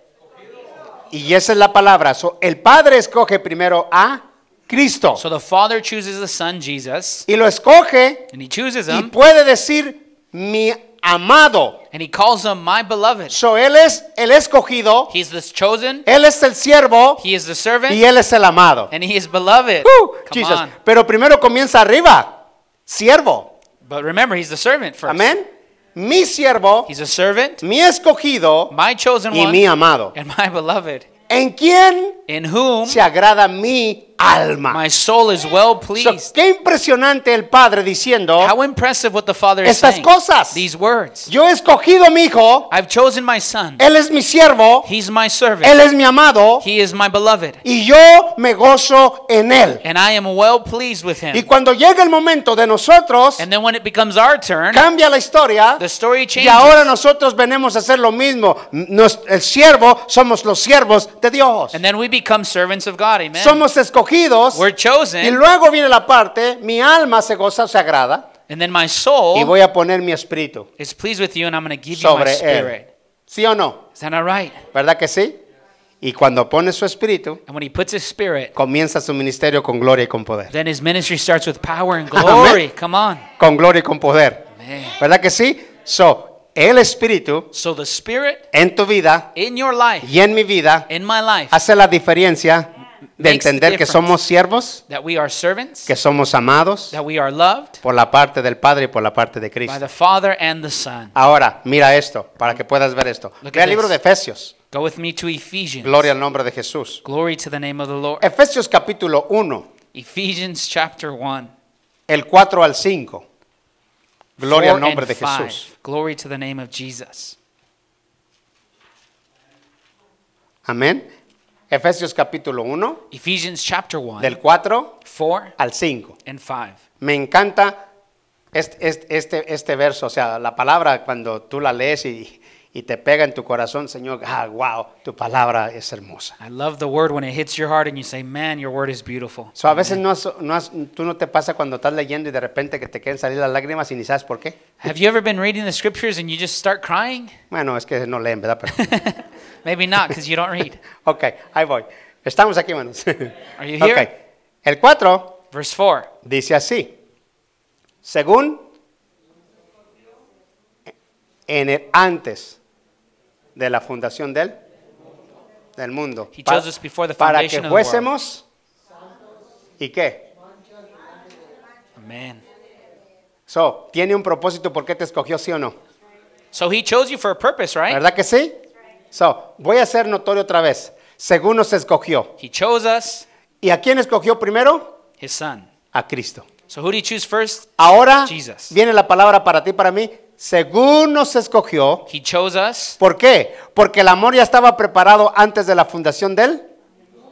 Y esa es la palabra. So, el Padre escoge primero a Cristo. So the Father chooses the Son, Jesus, Y lo escoge and He chooses y him, puede decir mi amado. and He calls him my beloved. So él es el escogido, He's the chosen, él es el siervo He is the servant, y él es el amado. and He is beloved. Uh, Eh, Come Jesus. on. Pero primero comienza arriba, siervo. But remember, He's the servant first. Amén. Mi siervo, He's a servant, mi escogido my chosen y one, mi amado. and my beloved, ¿En quién in whom se agrada mi alma? my soul is So, well pleased. qué impresionante el padre diciendo, How impressive what the Father is Estas saying. cosas. These words. yo he escogido a mi hijo, I've chosen my Son. él es mi siervo, He's my servant. él es mi amado He is my beloved. y yo me gozo en él. And I am well pleased with him. Y cuando llega el momento de nosotros, And then when it becomes our turn, cambia la historia. the story Y changes. ahora nosotros venimos a hacer lo mismo. Nos- el siervo, somos los siervos de Dios. And then we become servants of God. Amen. Somos escogidos. We're Y chosen. luego viene la parte, mi alma se goza, se agrada. And then my Y soul voy a poner mi espíritu is pleased with you, and I'm going to Oh. give you my sobre él. spirit. ¿Sí o no? Is that not right? ¿Verdad que sí? Y cuando pone su espíritu, And when he puts his spirit, comienza su ministerio con gloria y con poder. then his ministry starts with power and glory. Come on. Con gloria y con poder. Man. ¿Verdad que sí? So, el espíritu So the spirit en tu vida in your life, y en mi vida in my life, hace la diferencia de Makes the entender que difference. somos siervos, that we are servants, que somos amados that we are loved por la parte del Padre y por la parte de by Cristo. the Father and the Son. Ahora, mira esto, para que puedas ver esto. Look Ve at el libro this. de Efesios. Go with me to Ephesians. Gloria al nombre de Jesús. Glory to the name of the Lord. Efesios capítulo 1, Ephesians chapter 1. el 4 al 5. Gloria al four nombre and de five. Jesús. Glory to the name of Jesus. Amén. Efesios capítulo 1, Ephesians chapter 1, del 4 4 al 5. and 5. Me encanta este, este, este, este verso, o sea, la palabra cuando tú la lees y, y te pega en tu corazón, Señor, ah, wow, tu palabra es hermosa. I love the word when it hits your heart and you say, Man, your word is beautiful. So, a veces no has- no has- tú no te pasa cuando estás leyendo y de repente que te quieren salir las lágrimas y ni sabes por qué. Have you ever been reading the scriptures and you just start crying? Bueno, es que no leen, ¿verdad? Pero- Maybe not because you don't read. ok, ahí voy. Estamos aquí, manos. Are you Ok, here? el 4 Verse 4 Dice así, según en el antes de la fundación del, del mundo, He pa- chose us before the para que foundation of the world. fuésemos y qué. Amen. So, tiene un propósito por qué te escogió, sí o no. So he chose you for a purpose, right? ¿Verdad que sí? So, voy a ser notorio otra vez. Según nos escogió. He chose us, ¿Y a quién escogió primero? his son. A Cristo. So who did he choose first? Ahora Jesus. viene la palabra para ti, para mí. Según nos escogió. He chose us ¿Por qué? Porque el amor ya estaba preparado antes de la fundación del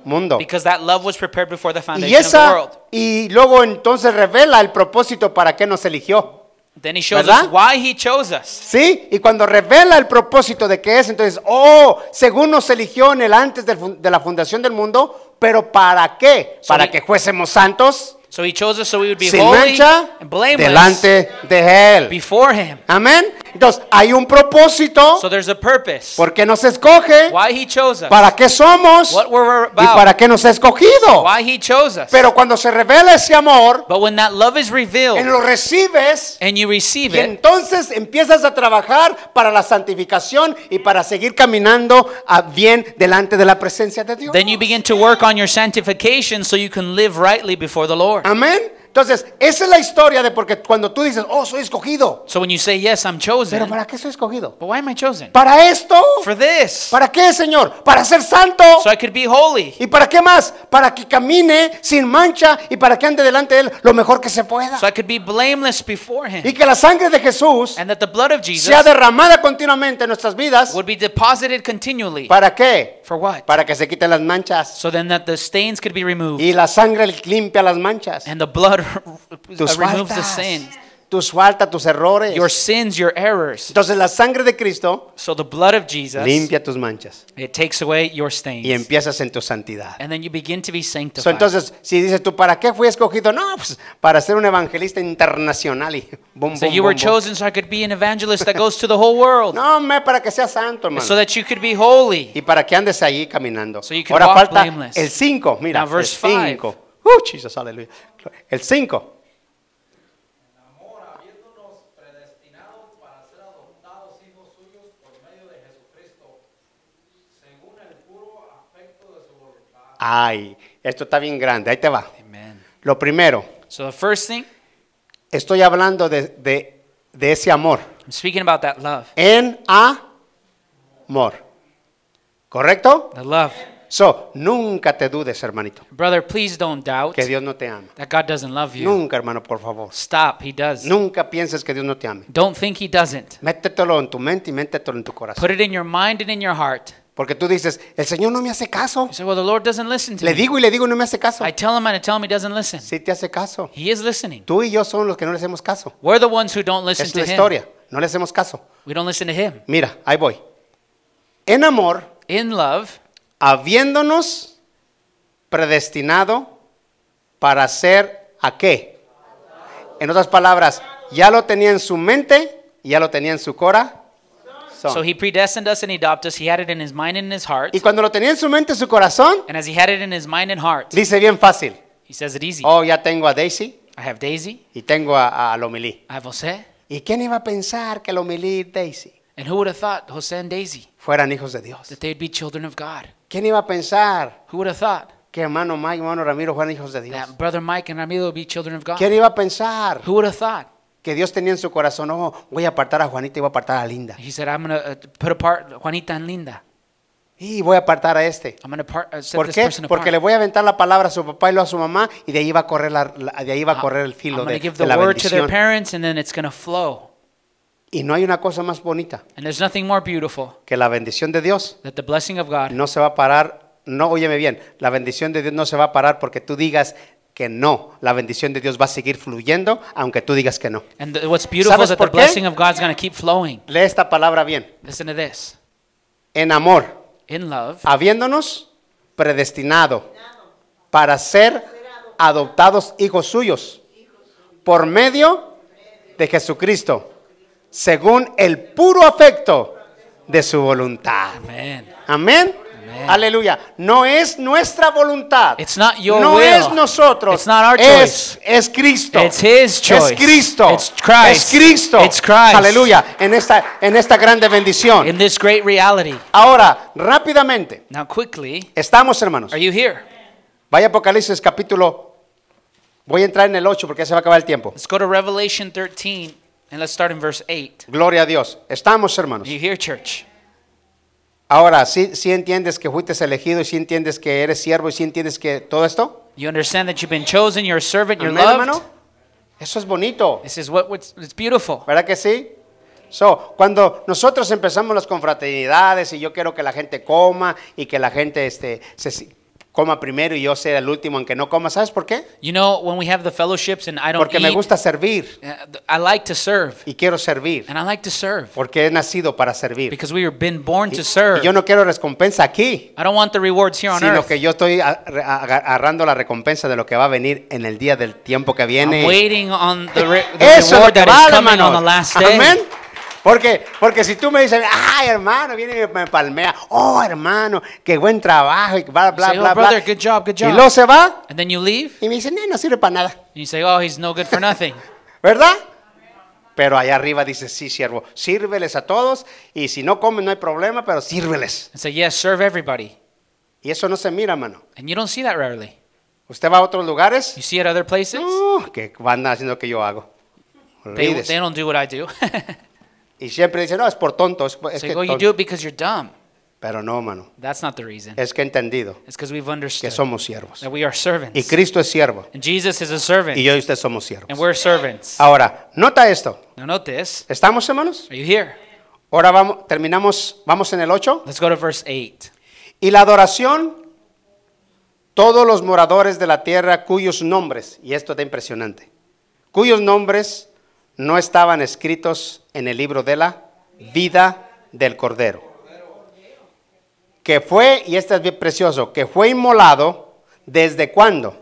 mundo. because that love was prepared before the Y foundation of the esa world. y luego entonces revela el propósito para qué nos eligió. Then he shows ¿Verdad? us why he chose us. ¿Sí? Y cuando revela el propósito de que es, entonces, oh, según nos eligió en el antes del fun- de la fundación del mundo, pero ¿para qué? So Para we- que fuésemos santos, So he chose us so we would be sin holy mancha, and blameless delante de Él. before him. Amén. Entonces, hay un propósito So there's a purpose. porque nos escoge, Why he chose us. para qué somos What we're y about. para qué nos ha escogido. Why he chose us. Pero cuando se revela ese amor, But when that love is en revealed lo recibes. and you receive Y it, entonces empiezas a trabajar para la santificación y para seguir caminando a bien delante de la presencia de Dios. then you begin to work on your sanctification so you can live rightly before the Lord. Amén. Entonces, esa es la historia de porque cuando tú dices, oh, soy escogido. So when you say, Yes, I'm Pero chosen, ¿para qué soy escogido? but why am I chosen? ¿Para esto? For this. ¿Para qué, Señor? Para ser santo. So I could be holy. ¿Y para qué más? Para que camine sin mancha y para que ande delante de Él lo mejor que se pueda. So I could be blameless before Y Him. que la sangre de Jesús And that the blood of sea Jesus derramada continuamente en nuestras vidas. would be deposited continually. ¿Para qué? For what? Para que se quiten las manchas. So then that the stains could be removed. Y la sangre limpia las manchas. And the blood uh, Tus removes the faltas, sins. tus faltas, tus errores. Your sins, your errors. Entonces la sangre de Cristo So the blood of Jesus, limpia tus manchas it takes away y your stains. empiezas en tu santidad. And then you begin to be So, sanctified. entonces, si dices tú, ¿para qué fui escogido? No, pues para ser un evangelista internacional y boom, So boom, you boom, boom. were chosen so I could be an evangelist that goes to the whole world. No, me para que seas santo, hermano. So that you could be holy. y para que andes ahí caminando. So you can Ahora walk falta blameless. el 5, mira, Now, verse el five. 5. Uh, Jesus, aleluya. El 5. amor, habiéndonos predestinado para ser adoptados hijos suyos por medio de Jesucristo, según el puro afecto de su voluntad. Ay, esto está bien grande, ahí te va. Amen. Lo primero, So the first thing, estoy hablando de, de- de ese amor. I'm speaking about that love. En amor. ¿Correcto? The love. So, nunca te dudes, hermanito, Brother, please don't doubt que Dios no te ama. that God doesn't love you. Nunca, hermano, por favor. Stop, He does. Nunca pienses que Dios no te ame. Don't think He doesn't. Métetelo en tu mente y métetelo en tu corazón. Put it in your mind and in your heart. Porque tú dices, el Señor no me hace caso. You say, well, the Lord doesn't listen to Le me. digo y le digo, no me hace caso. I tell Him and I tell Him He doesn't listen. Sí te hace caso. He is listening. Tú y yo somos los que no le hacemos caso. We're the ones who don't listen Es la to Him. historia. No le hacemos caso. We don't listen to Him. Mira, ahí voy. En amor, In love, habiéndonos predestinado para ser a qué. En otras palabras, ya lo tenía en su mente, ya lo tenía en su corazón. so He predestined us and He adopted us. He had it in His mind and in His heart. Y cuando lo tenía en su mente, su corazón, And as He had it in His mind and heart, dice bien fácil, He says it easy. oh, ya tengo a Daisy I have Daisy. y tengo a, a Lomelí. I have Jose. ¿Y quién iba a pensar que Lomelí y Daisy And who would have thought Jose and Daisy fueran hijos de Dios? that they'd be children of God? ¿Quién iba a pensar Who would have thought que hermano Mike y hermano Ramiro fueran hijos de Dios? that brother Mike and Ramiro would be children of God? ¿Quién iba a pensar Who would have thought? que Dios tenía en su corazón, oh, voy a apartar a Juanita y voy a apartar a Linda? He said, "I'm gonna uh, put apart Juanita and Linda. Y voy a apartar a este. I'm gonna part, uh, set ¿Por this qué? person apart. Porque le voy a aventar la palabra a su papá y luego a su mamá y de ahí va a correr, la- la- de ahí va a I- correr el filo Ah, I'm gonna de, give de the la word to their bendición. parents, and then it's gonna flow. Y no hay una cosa más bonita And there's nothing more beautiful que la bendición de Dios that the blessing of God. no se va a parar. No, óyeme bien, la bendición de Dios no se va a parar porque tú digas que no. La bendición de Dios va a seguir fluyendo aunque tú digas que no. And the, what's beautiful ¿Sabes is that por the qué? blessing of God's gonna keep flowing. Lee esta palabra bien. Listen to this. En amor, In love, habiéndonos predestinado para ser adoptados hijos suyos por medio de Jesucristo, según el puro afecto de su voluntad. man. Amén. Aleluya. No es nuestra voluntad. It's not your no will. es nosotros. It's not our es, es Cristo. It's His choice. Es Cristo. It's Christ. Es Cristo. It's Christ. Aleluya. En esta, en esta grande bendición. in this great reality. Ahora, rápidamente. Now, quickly, Estamos, hermanos. are you here? Vaya Apocalipsis capítulo. Voy a entrar en el 8 porque ya se va a acabar el tiempo. Let's go to Revelation 13 and let's start in verse 8. Gloria a Dios. Estamos, hermanos. Are you here, church? Ahora, si entiendes que fuiste elegido y si entiendes que eres siervo y si entiendes que todo esto. You understand that you've been chosen, you're a servant, you're Amén, loved. hermano. Eso es bonito. This is what, what's it's beautiful. ¿Verdad que sí? So, cuando nosotros empezamos las confraternidades y yo quiero que la gente coma y que la gente este, se si- coma primero y yo sea el último en que no coma, ¿sabes por qué? You know, when we have the fellowships and I don't Porque eat, me gusta servir uh, th- I like to serve, y quiero servir, and I like to serve porque he nacido para servir. because we have been born Y, to serve. y yo no quiero recompensa aquí, I don't want the rewards here on sino earth. que yo estoy a- re- a- agarrando la recompensa de lo que va a venir en el día del tiempo que viene. I'm waiting on the, re- the Eso es lo reward que that is vale, coming hermano. on the last day. Amén. Porque, porque si tú me dices, ay, hermano, viene y me palmea, oh, hermano, qué buen trabajo, y bla, bla, say, bla, oh, bla. brother, good job, good Y job. luego se va And then you leave, y me dice, no, no sirve para nada, and you say, oh, he's no good for nothing. ¿verdad? Pero allá arriba dice, sí, siervo, sírveles a todos y si no comen no hay problema, pero sírveles. and say, yes, serve everybody. Y eso no se mira, hermano. And you don't see that rarely. Usted va a otros lugares, You see it other places. no, que van haciendo lo que yo hago. They, Olvídese. they don't do what I do. Y siempre dicen, no, es por tonto, es, es It's que like, oh, you tonto". do it because you're dumb. Pero no, hermano, That's not the reason. es que he entendido. It's because we've que understood somos siervos. that we are Y servants. Cristo es siervo And Jesus is a y servant. yo Ah. y usted somos And siervos. we're servants. Ahora, nota esto. Now, note this. ¿Estamos, hermanos? Are you here? Ahora vamos, terminamos, vamos en el 8. Let's go to verse 8. Y la adoración, todos los moradores de la tierra cuyos nombres, y esto está impresionante, cuyos nombres no estaban escritos en el libro de la vida del Cordero, que fue, y este es bien precioso, que fue inmolado desde cuándo.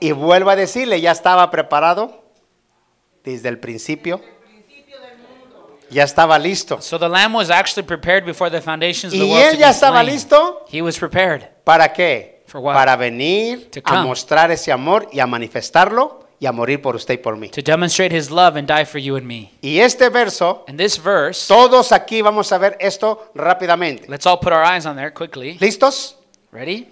Y vuelvo a decirle, ya estaba preparado desde el principio, ya estaba listo. So the lamb was actually prepared before the foundations of the Y world. él to ya be estaba slain. listo. He was prepared. ¿Para qué? For what? Para venir To a come. mostrar ese amor y a manifestarlo y a morir por usted y por mí. to demonstrate his love and die for you and me. Y este verso, And this verse, todos aquí vamos a ver esto rápidamente. let's all put our eyes on there quickly. ¿Listos? Ready?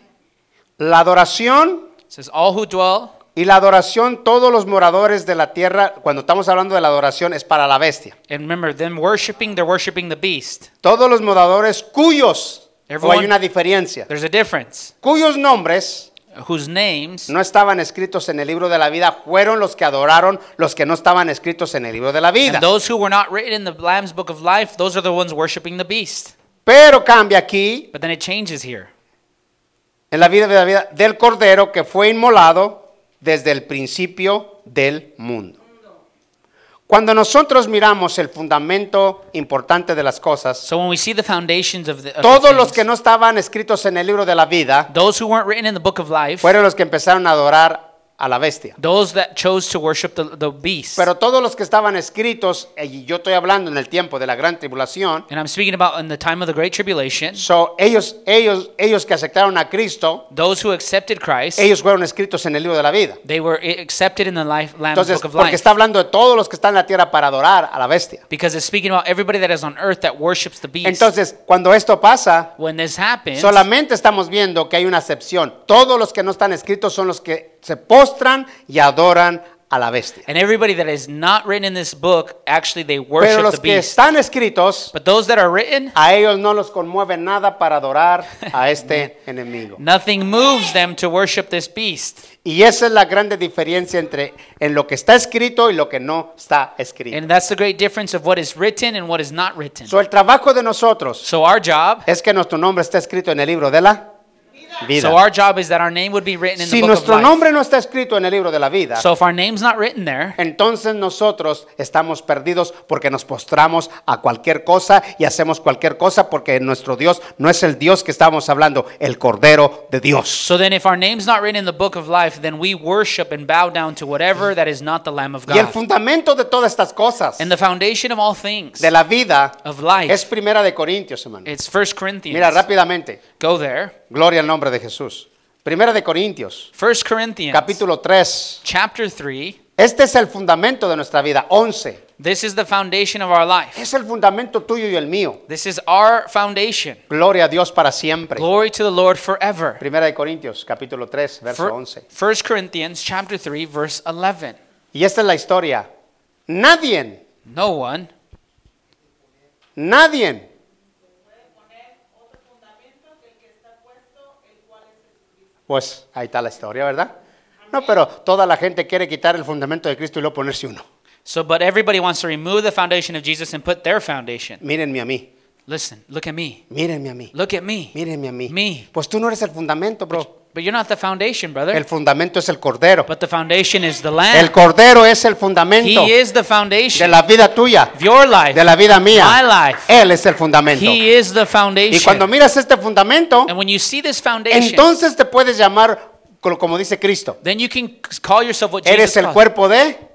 La adoración It says, All who dwell, y la adoración, todos los moradores de la tierra, cuando estamos hablando de la adoración, es para la bestia. and remember, them worshiping, they're worshiping the beast. Todos los moradores cuyos, o Everyone- hay una diferencia, There's a difference. cuyos nombres Whose names no estaban escritos en el libro de la vida, fueron los que adoraron los que no estaban escritos en el libro de la vida. and those who were not written in the Lamb's book of life, those are the ones worshiping the beast. Pero cambia aquí But then it changes here. en la vida de la vida del Cordero que fue inmolado desde el principio del mundo. Cuando nosotros miramos el fundamento importante de las cosas, So when we see the foundations of the. of the todos los que things, no estaban escritos en el libro de la vida Those who weren't written in the book of life, fueron los que empezaron a adorar a la bestia. those that chose to worship the, the beast. Pero todos los que estaban escritos, y yo estoy hablando en el tiempo de la gran tribulación, and I'm speaking about in the time of the Great Tribulation, so, ellos, ellos, ellos que aceptaron a Cristo, those who accepted Christ, ellos fueron escritos en el libro de la vida. they were i- accepted in the life, Lamb's Entonces, book of porque life. está hablando de todos los que están en la tierra para adorar a la bestia. Because it's speaking about everybody that is on earth that worships the beast. Entonces, cuando esto pasa, when this happens, solamente estamos viendo que hay una excepción. Todos los que no están escritos son los que se postran y adoran a la bestia. and everybody that is not written in this book, actually they Pero worship los the que beast. están escritos, But those that are written, a ellos no los conmueve nada para adorar a este enemigo. nothing moves them to worship this beast. Y esa es la grande diferencia entre en lo que está escrito y lo que no está escrito. And that's the great difference of what is written and what is not written. So, el trabajo de nosotros So our job es que nuestro nombre esté escrito en el libro de la Vida. vida. So our job is that our name would be written in si the book of nuestro life. nombre no está escrito en el libro de la vida, so if our name's not written there, entonces nosotros estamos perdidos porque nos postramos a cualquier cosa y hacemos cualquier cosa porque nuestro Dios no es el Dios que estábamos hablando, el Cordero de Dios. so then if our name's not written in the book of life, then we worship and bow down to whatever that is not the Lamb of Y el God. fundamento de todas estas cosas, and the foundation of all things de la vida, of life, es primera de Corintios, hermano. it's First Corinthians. Mira rápidamente, Go there. gloria al nombre de Jesús. Primera de Corintios, First Corinthians capítulo 3. chapter 3. Este es el fundamento de nuestra vida, 11. This is the foundation of our life. Es el fundamento tuyo y el mío. This is our foundation. Gloria a Dios para siempre. Glory to the Lord forever. Primera de Corintios, capítulo 3, verso 11. 1 Corinthians chapter 3 verse 11. Y esta es la historia. Nadie, No one nadie Pues ahí está la historia, ¿verdad? No, pero toda la gente quiere quitar el fundamento de Cristo y luego ponerse uno. So but everybody wants to remove the foundation of Jesus and put their foundation. Mírenme a mí, Listen, look at me. mírenme a mí, Look at me. mírenme a mí. Me. Pues tú no eres el fundamento, bro. But you're not the foundation, El brother. fundamento es el cordero. But the foundation is the lamb. El cordero es el fundamento ah. He is the de foundation la vida tuya, of your life. de la vida My mía. life. Él es el fundamento. He is the Y cuando foundation. miras este fundamento, And when you see this foundation, entonces te puedes llamar co- como dice Cristo. then you can c- call yourself what Jesus Eres el calls- cuerpo de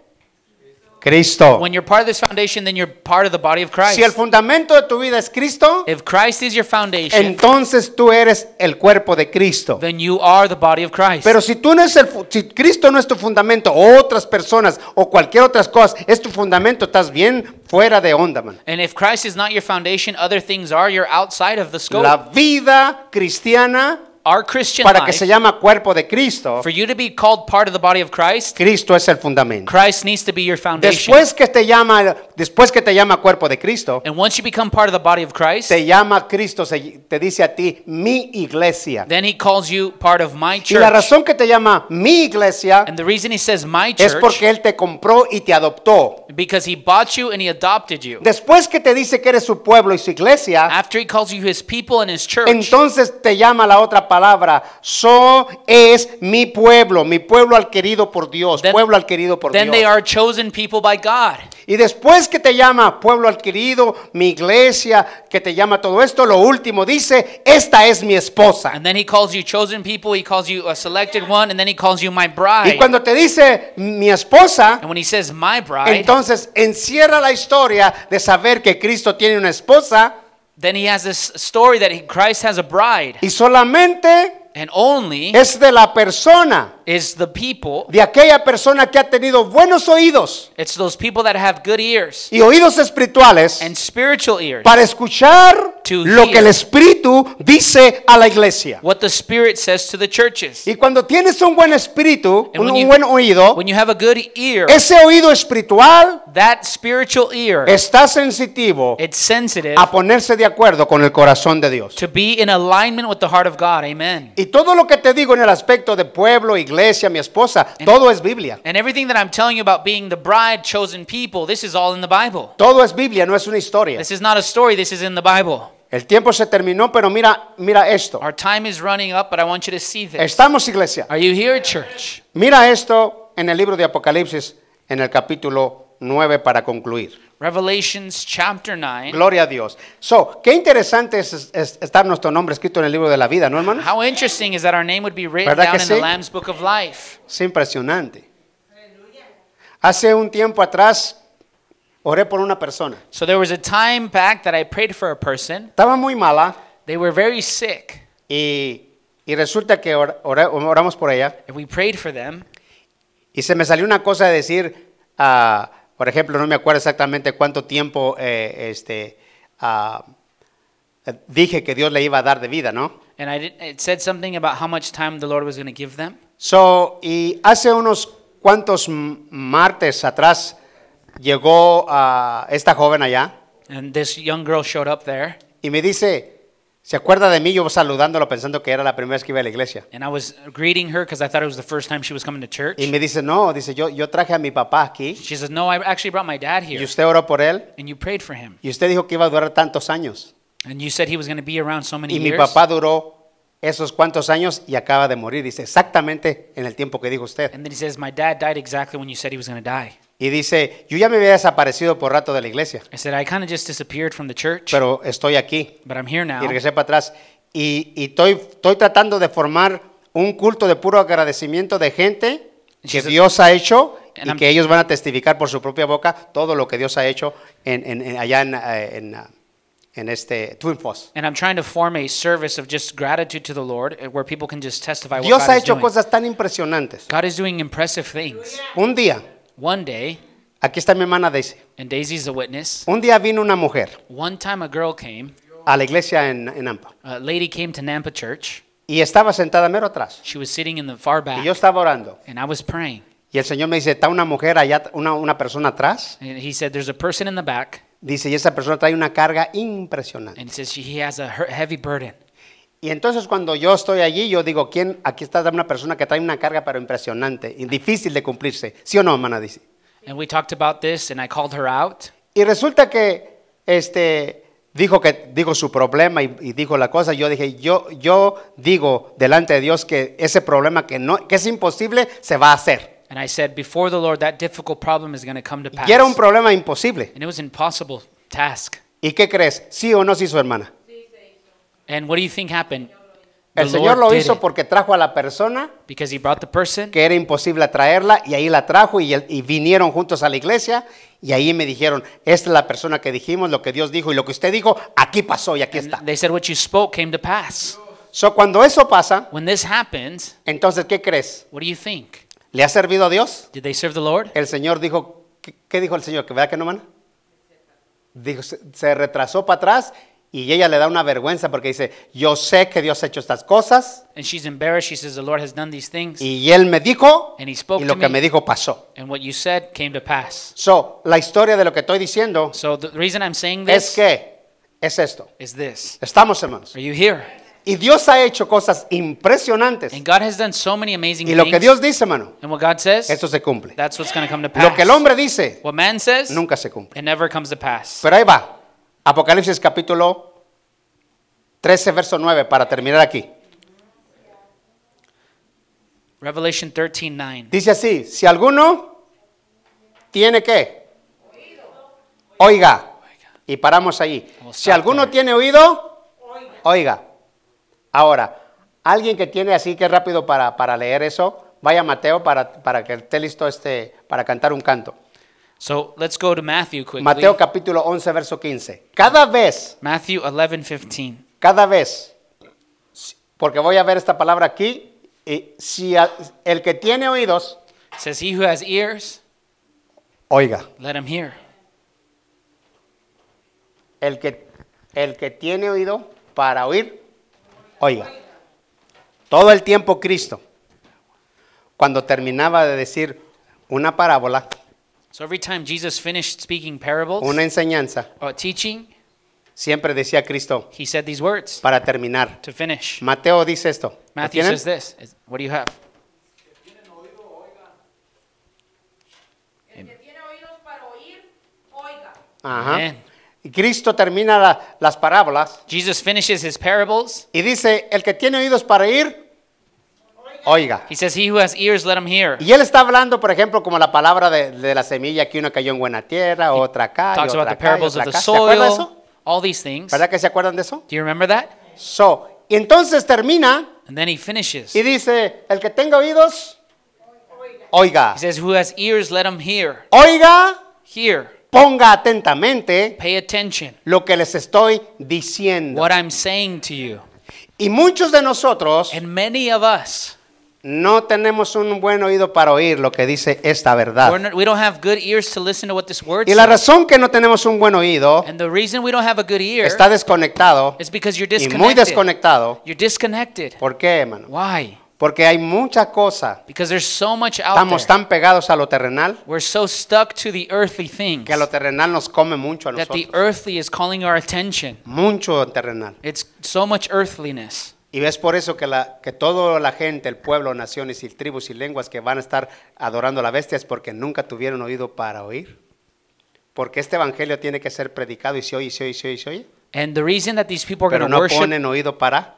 Cristo. When you're part of this foundation, then you're part of the body of Christ. Si el fundamento de tu vida es Cristo, if Christ is your foundation, entonces tú eres el cuerpo de Cristo. then you are the body of Christ. Pero si tú no es el fu- si Cristo no es tu fundamento, o otras personas o cualquier otras cosa es tu fundamento, estás bien fuera de onda, man. and if Christ is not your foundation, other things are. You're outside of the scope. La vida cristiana Our Christian para que life, se llama cuerpo de Cristo, for you to be called part of the body of Christ, Cristo es el fundamento. Christ needs to be your foundation. Después que te llama después que te llama cuerpo de Cristo, and once you become part of the body of Christ, te llama Cristo, se- te dice a ti mi iglesia. then he calls you part of my Y church. la razón que te llama mi iglesia and the reason he says my es church porque él te compró y te adoptó. because he bought you and he adopted you. Después que te dice que eres su pueblo y su iglesia, After he calls you his people and his church, entonces te llama la otra palabra. So es mi pueblo, mi pueblo adquirido por Dios, Then- pueblo adquirido por then they Dios. are chosen people by God. Y después que te llama pueblo adquirido, mi iglesia, que te llama todo esto, lo último dice, esta es mi esposa. And then he calls you chosen people, he calls you a selected one, and then he calls you my Y bride. cuando te dice mi esposa, And when he says my bride, entonces encierra la historia de saber que Cristo tiene una esposa then he has this story that he, Christ has a bride. y solamente And only es de la persona. is the people, de aquella persona que ha tenido buenos oídos it's those people that have good ears y oídos espirituales and spiritual ears, para escuchar To lo que el hear. Espíritu dice a la iglesia. what the Spirit says to the churches. Y cuando tienes un buen espíritu, And un, when un you- buen oído, When you have a good ear, ese oído espiritual that spiritual ear, está sensitivo it's sensitive a ponerse de acuerdo con el corazón de Dios. to be in alignment with the heart of God. Amen. Y todo lo que te digo en el aspecto de pueblo, iglesia, mi esposa, todo es Biblia. And everything that I'm telling you about being the bride, chosen people, this is all in the Bible. Todo es Biblia, no es una historia. This is not a story, this is in the Bible. El tiempo se terminó, pero mira, mira esto. Our time is running up, but I want you to see this. Estamos iglesia. Are you here, church? Mira esto en el libro de Apocalipsis, en el capítulo 9 para concluir. Revelations chapter 9. Gloria a Dios. So, qué interesante es, es- estar nuestro nombre escrito en el libro de la vida, ¿no, hermano? How interesting is that our name would be written ¿Verdad down que in the sí? Lamb's Book of Life? Es impresionante. Hace un tiempo atrás oré por una persona. So there was a time back that I prayed for a person. Estaba muy mala They were very sick, y, y resulta que or- oré- oramos por ella and we prayed for them. y se me salió una cosa de decir, ah, por ejemplo, no me acuerdo exactamente cuánto tiempo eh, este, ah, dije que Dios le iba a dar de vida, ¿no? And I did, it said something about how much time the Lord was going to give them. So, y hace unos cuantos m- martes atrás llegó a esta joven allá And this young girl showed up there, y me dice, ¿se acuerda de mí? Yo saludándolo pensando que era la primera vez que iba a la iglesia. and I was greeting her because I thought it was the first time she was coming to church. Y me dice, no, dice, yo, yo traje a mi papá aquí She says, No, I actually brought my dad y here, usted oró por él and you prayed for him. y usted dijo que iba a durar tantos años. And you said he was going to be around so many Y mi years. papá duró esos cuantos años y acaba de morir. Dice exactamente en el tiempo que dijo usted. And then he says, My dad died exactly when you said he was going to die. Y dice, yo ya me había desaparecido por rato de la iglesia, I said, I kind of just disappeared from the church, pero estoy aquí. but I'm here Y now. regresé para atrás. Y, y estoy, estoy tratando de formar un culto de puro agradecimiento de gente que Jesus- Dios ha hecho And y I'm- que ellos van a testificar por su propia boca todo lo que Dios ha hecho en, en- en- allá en, eh, en, ah, en este Twin Falls. And I'm trying to form a service of just gratitude to the Lord uh, where people can just testify what Dios God ha is hecho doing. cosas tan impresionantes. God is doing impressive things. Un día, One day, aquí está mi hermana Daisy, and Daisy's a witness, un día vino una mujer one time a girl came, a la iglesia en, en Ampa a lady came to Nampa Church. y estaba sentada mero atrás. She was sitting in the far Y yo back, estaba orando. and I was praying. Y el Señor me dice, ¿está una mujer allá, una, una persona atrás? And he said, There's a person in the back, Dice, y esa persona trae una carga impresionante. and he says, she, He has a he- heavy burden. Y entonces cuando yo estoy allí, yo digo, ¿quién? Aquí está una persona que trae una carga pero impresionante y difícil de cumplirse. ¿Sí o no, hermana? Dice. And we talked about this, and I called her out. Y resulta que este, dijo, que, dijo su problema y, y dijo la cosa. Yo dije, yo, yo digo delante de Dios que ese problema que, no, que es imposible se va a hacer. And I said, Before the Lord, that difficult problem is going to come to pass. Y era un problema imposible. and it was an impossible task. ¿Y qué crees? ¿Sí o no se hizo, hermana? And what do you think happened? El The Señor Lord lo did hizo it. porque trajo a la persona because he brought the person, que era imposible atraerla y ahí la trajo y, el- y vinieron juntos a la iglesia y ahí me dijeron, esta es la persona que dijimos, lo que Dios dijo y lo que usted dijo, aquí pasó y aquí and está. they said, What you spoke came to pass. So, cuando eso pasa, When this happened, entonces, ¿qué crees? what do you think? ¿Le ha servido a Dios? Did they serve the Lord? El Señor dijo, ¿qué, qué dijo el Señor? ¿Que verdad que no, mana? Dijo, se, se retrasó para atrás y ella le da una vergüenza porque dice, yo sé que Dios ha hecho estas cosas And she's embarrassed. She says, The Lord has done these things. y Él me dijo And he spoke y lo to que me. me dijo pasó. And what you said came to pass. So, la historia de lo que estoy diciendo So the reason I'm saying es this que es esto. is this. Estamos, hermanos. Are you here? Y Dios ha hecho cosas impresionantes. And God has done so many amazing Y lo que things. Dios dice, hermano, and what God says, eso se cumple. that's what's going to come to pass. Lo que el hombre dice, what man says, nunca se cumple. it never comes to pass. Pero ahí va. Apocalipsis capítulo 13, verso 9, para terminar aquí. Revelation 13 9. Dice así, si alguno tiene que, oiga, y paramos ahí. We'll Si stop alguno there. tiene oído, oiga. Ahora, alguien que tiene así que rápido para, para leer eso, vaya Mateo para, para que esté listo este, para cantar un canto. So let's go to Matthew quickly. Mateo capítulo 11, verso 15. Cada vez, Matthew 11 15. cada vez, porque voy a ver esta palabra aquí, y si a- el que tiene oídos, It says, He who has ears, oiga. let him hear. El que, el que tiene oído para oír, oiga. Todo el tiempo Cristo, cuando terminaba de decir una parábola, So every time Jesus finished speaking parables una enseñanza, or teaching, siempre decía Cristo he said these words para terminar. to finish. Mateo dice esto. ¿lo Matthew tienen? says this. Is- What do you have? El que tiene oídos para oír, oiga. Ajá. Amén. Y Cristo termina la- las parábolas Jesus finishes his parables. y dice, el que tiene oídos para oír, oiga. He says, He who has ears, let him hear. Y él está hablando, por ejemplo, como la palabra de, de la semilla, que una cayó en buena tierra, otra acá, y Talks otra about the acá, y parables otra of the acá. ¿Se acuerda eso? soil, all these things. ¿Verdad que se acuerdan de eso? Do you remember that? So, y entonces termina And then he finishes. y He dice, el que tenga oídos, oiga. says, Who has ears, let him hear. Oiga, Hear. ponga atentamente Pay attention. lo que les estoy diciendo. What I'm saying to you. Y muchos de nosotros And many of us, no tenemos un buen oído para oír lo que dice esta we're verdad. not, we don't have good ears to listen to what this word Ah. Y la says. razón que no tenemos un buen oído And the reason we don't have a good ear está desconectado is because you're y muy disconnected. desconectado. You're disconnected. ¿Por qué, hermano? Why? Porque hay mucha cosa. Because there's so much out Estamos there. tan pegados a lo terrenal We're so stuck to the earthly things que lo terrenal nos come mucho a that the nosotros. earthly is calling our attention. Mucho terrenal. It's so much earthliness. Y es por eso que, la, que toda la gente, el pueblo, naciones y tribus y lenguas que van a estar adorando a la bestia es porque nunca tuvieron oído para oír. Porque este evangelio tiene que ser predicado y se oye, y se oye, y se oye, y se oye. And the reason that these people are Pero going to no worship ponen oído para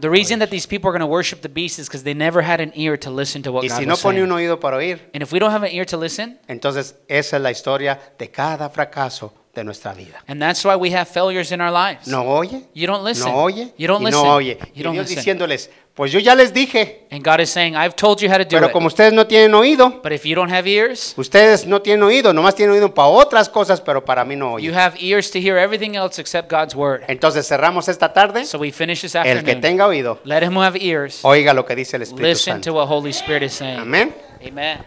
The reason that these people are going to worship the beast is because they never had an ear to listen to what Y God si no was pone saying. un oído para oír, And if we don't have an ear to listen, entonces esa es la historia de cada fracaso de nuestra vida. and that's why we have failures in our lives. No oye, You don't listen. no oye, You don't y listen. no oye. You y don't Dios listen. diciéndoles, pues yo ya les dije, And God is saying, I've told you how to do pero it. como ustedes no tienen oído, But if you don't have ears, ustedes no tienen oído, nomás tienen oído para otras cosas, pero para mí no you oye. have ears to hear everything else except God's word. Entonces cerramos esta tarde. So we finish this El que afternoon. tenga oído, Let him who have ears oiga lo que dice el Espíritu listen to Santo. what Holy Spirit is saying. Amén. Amen.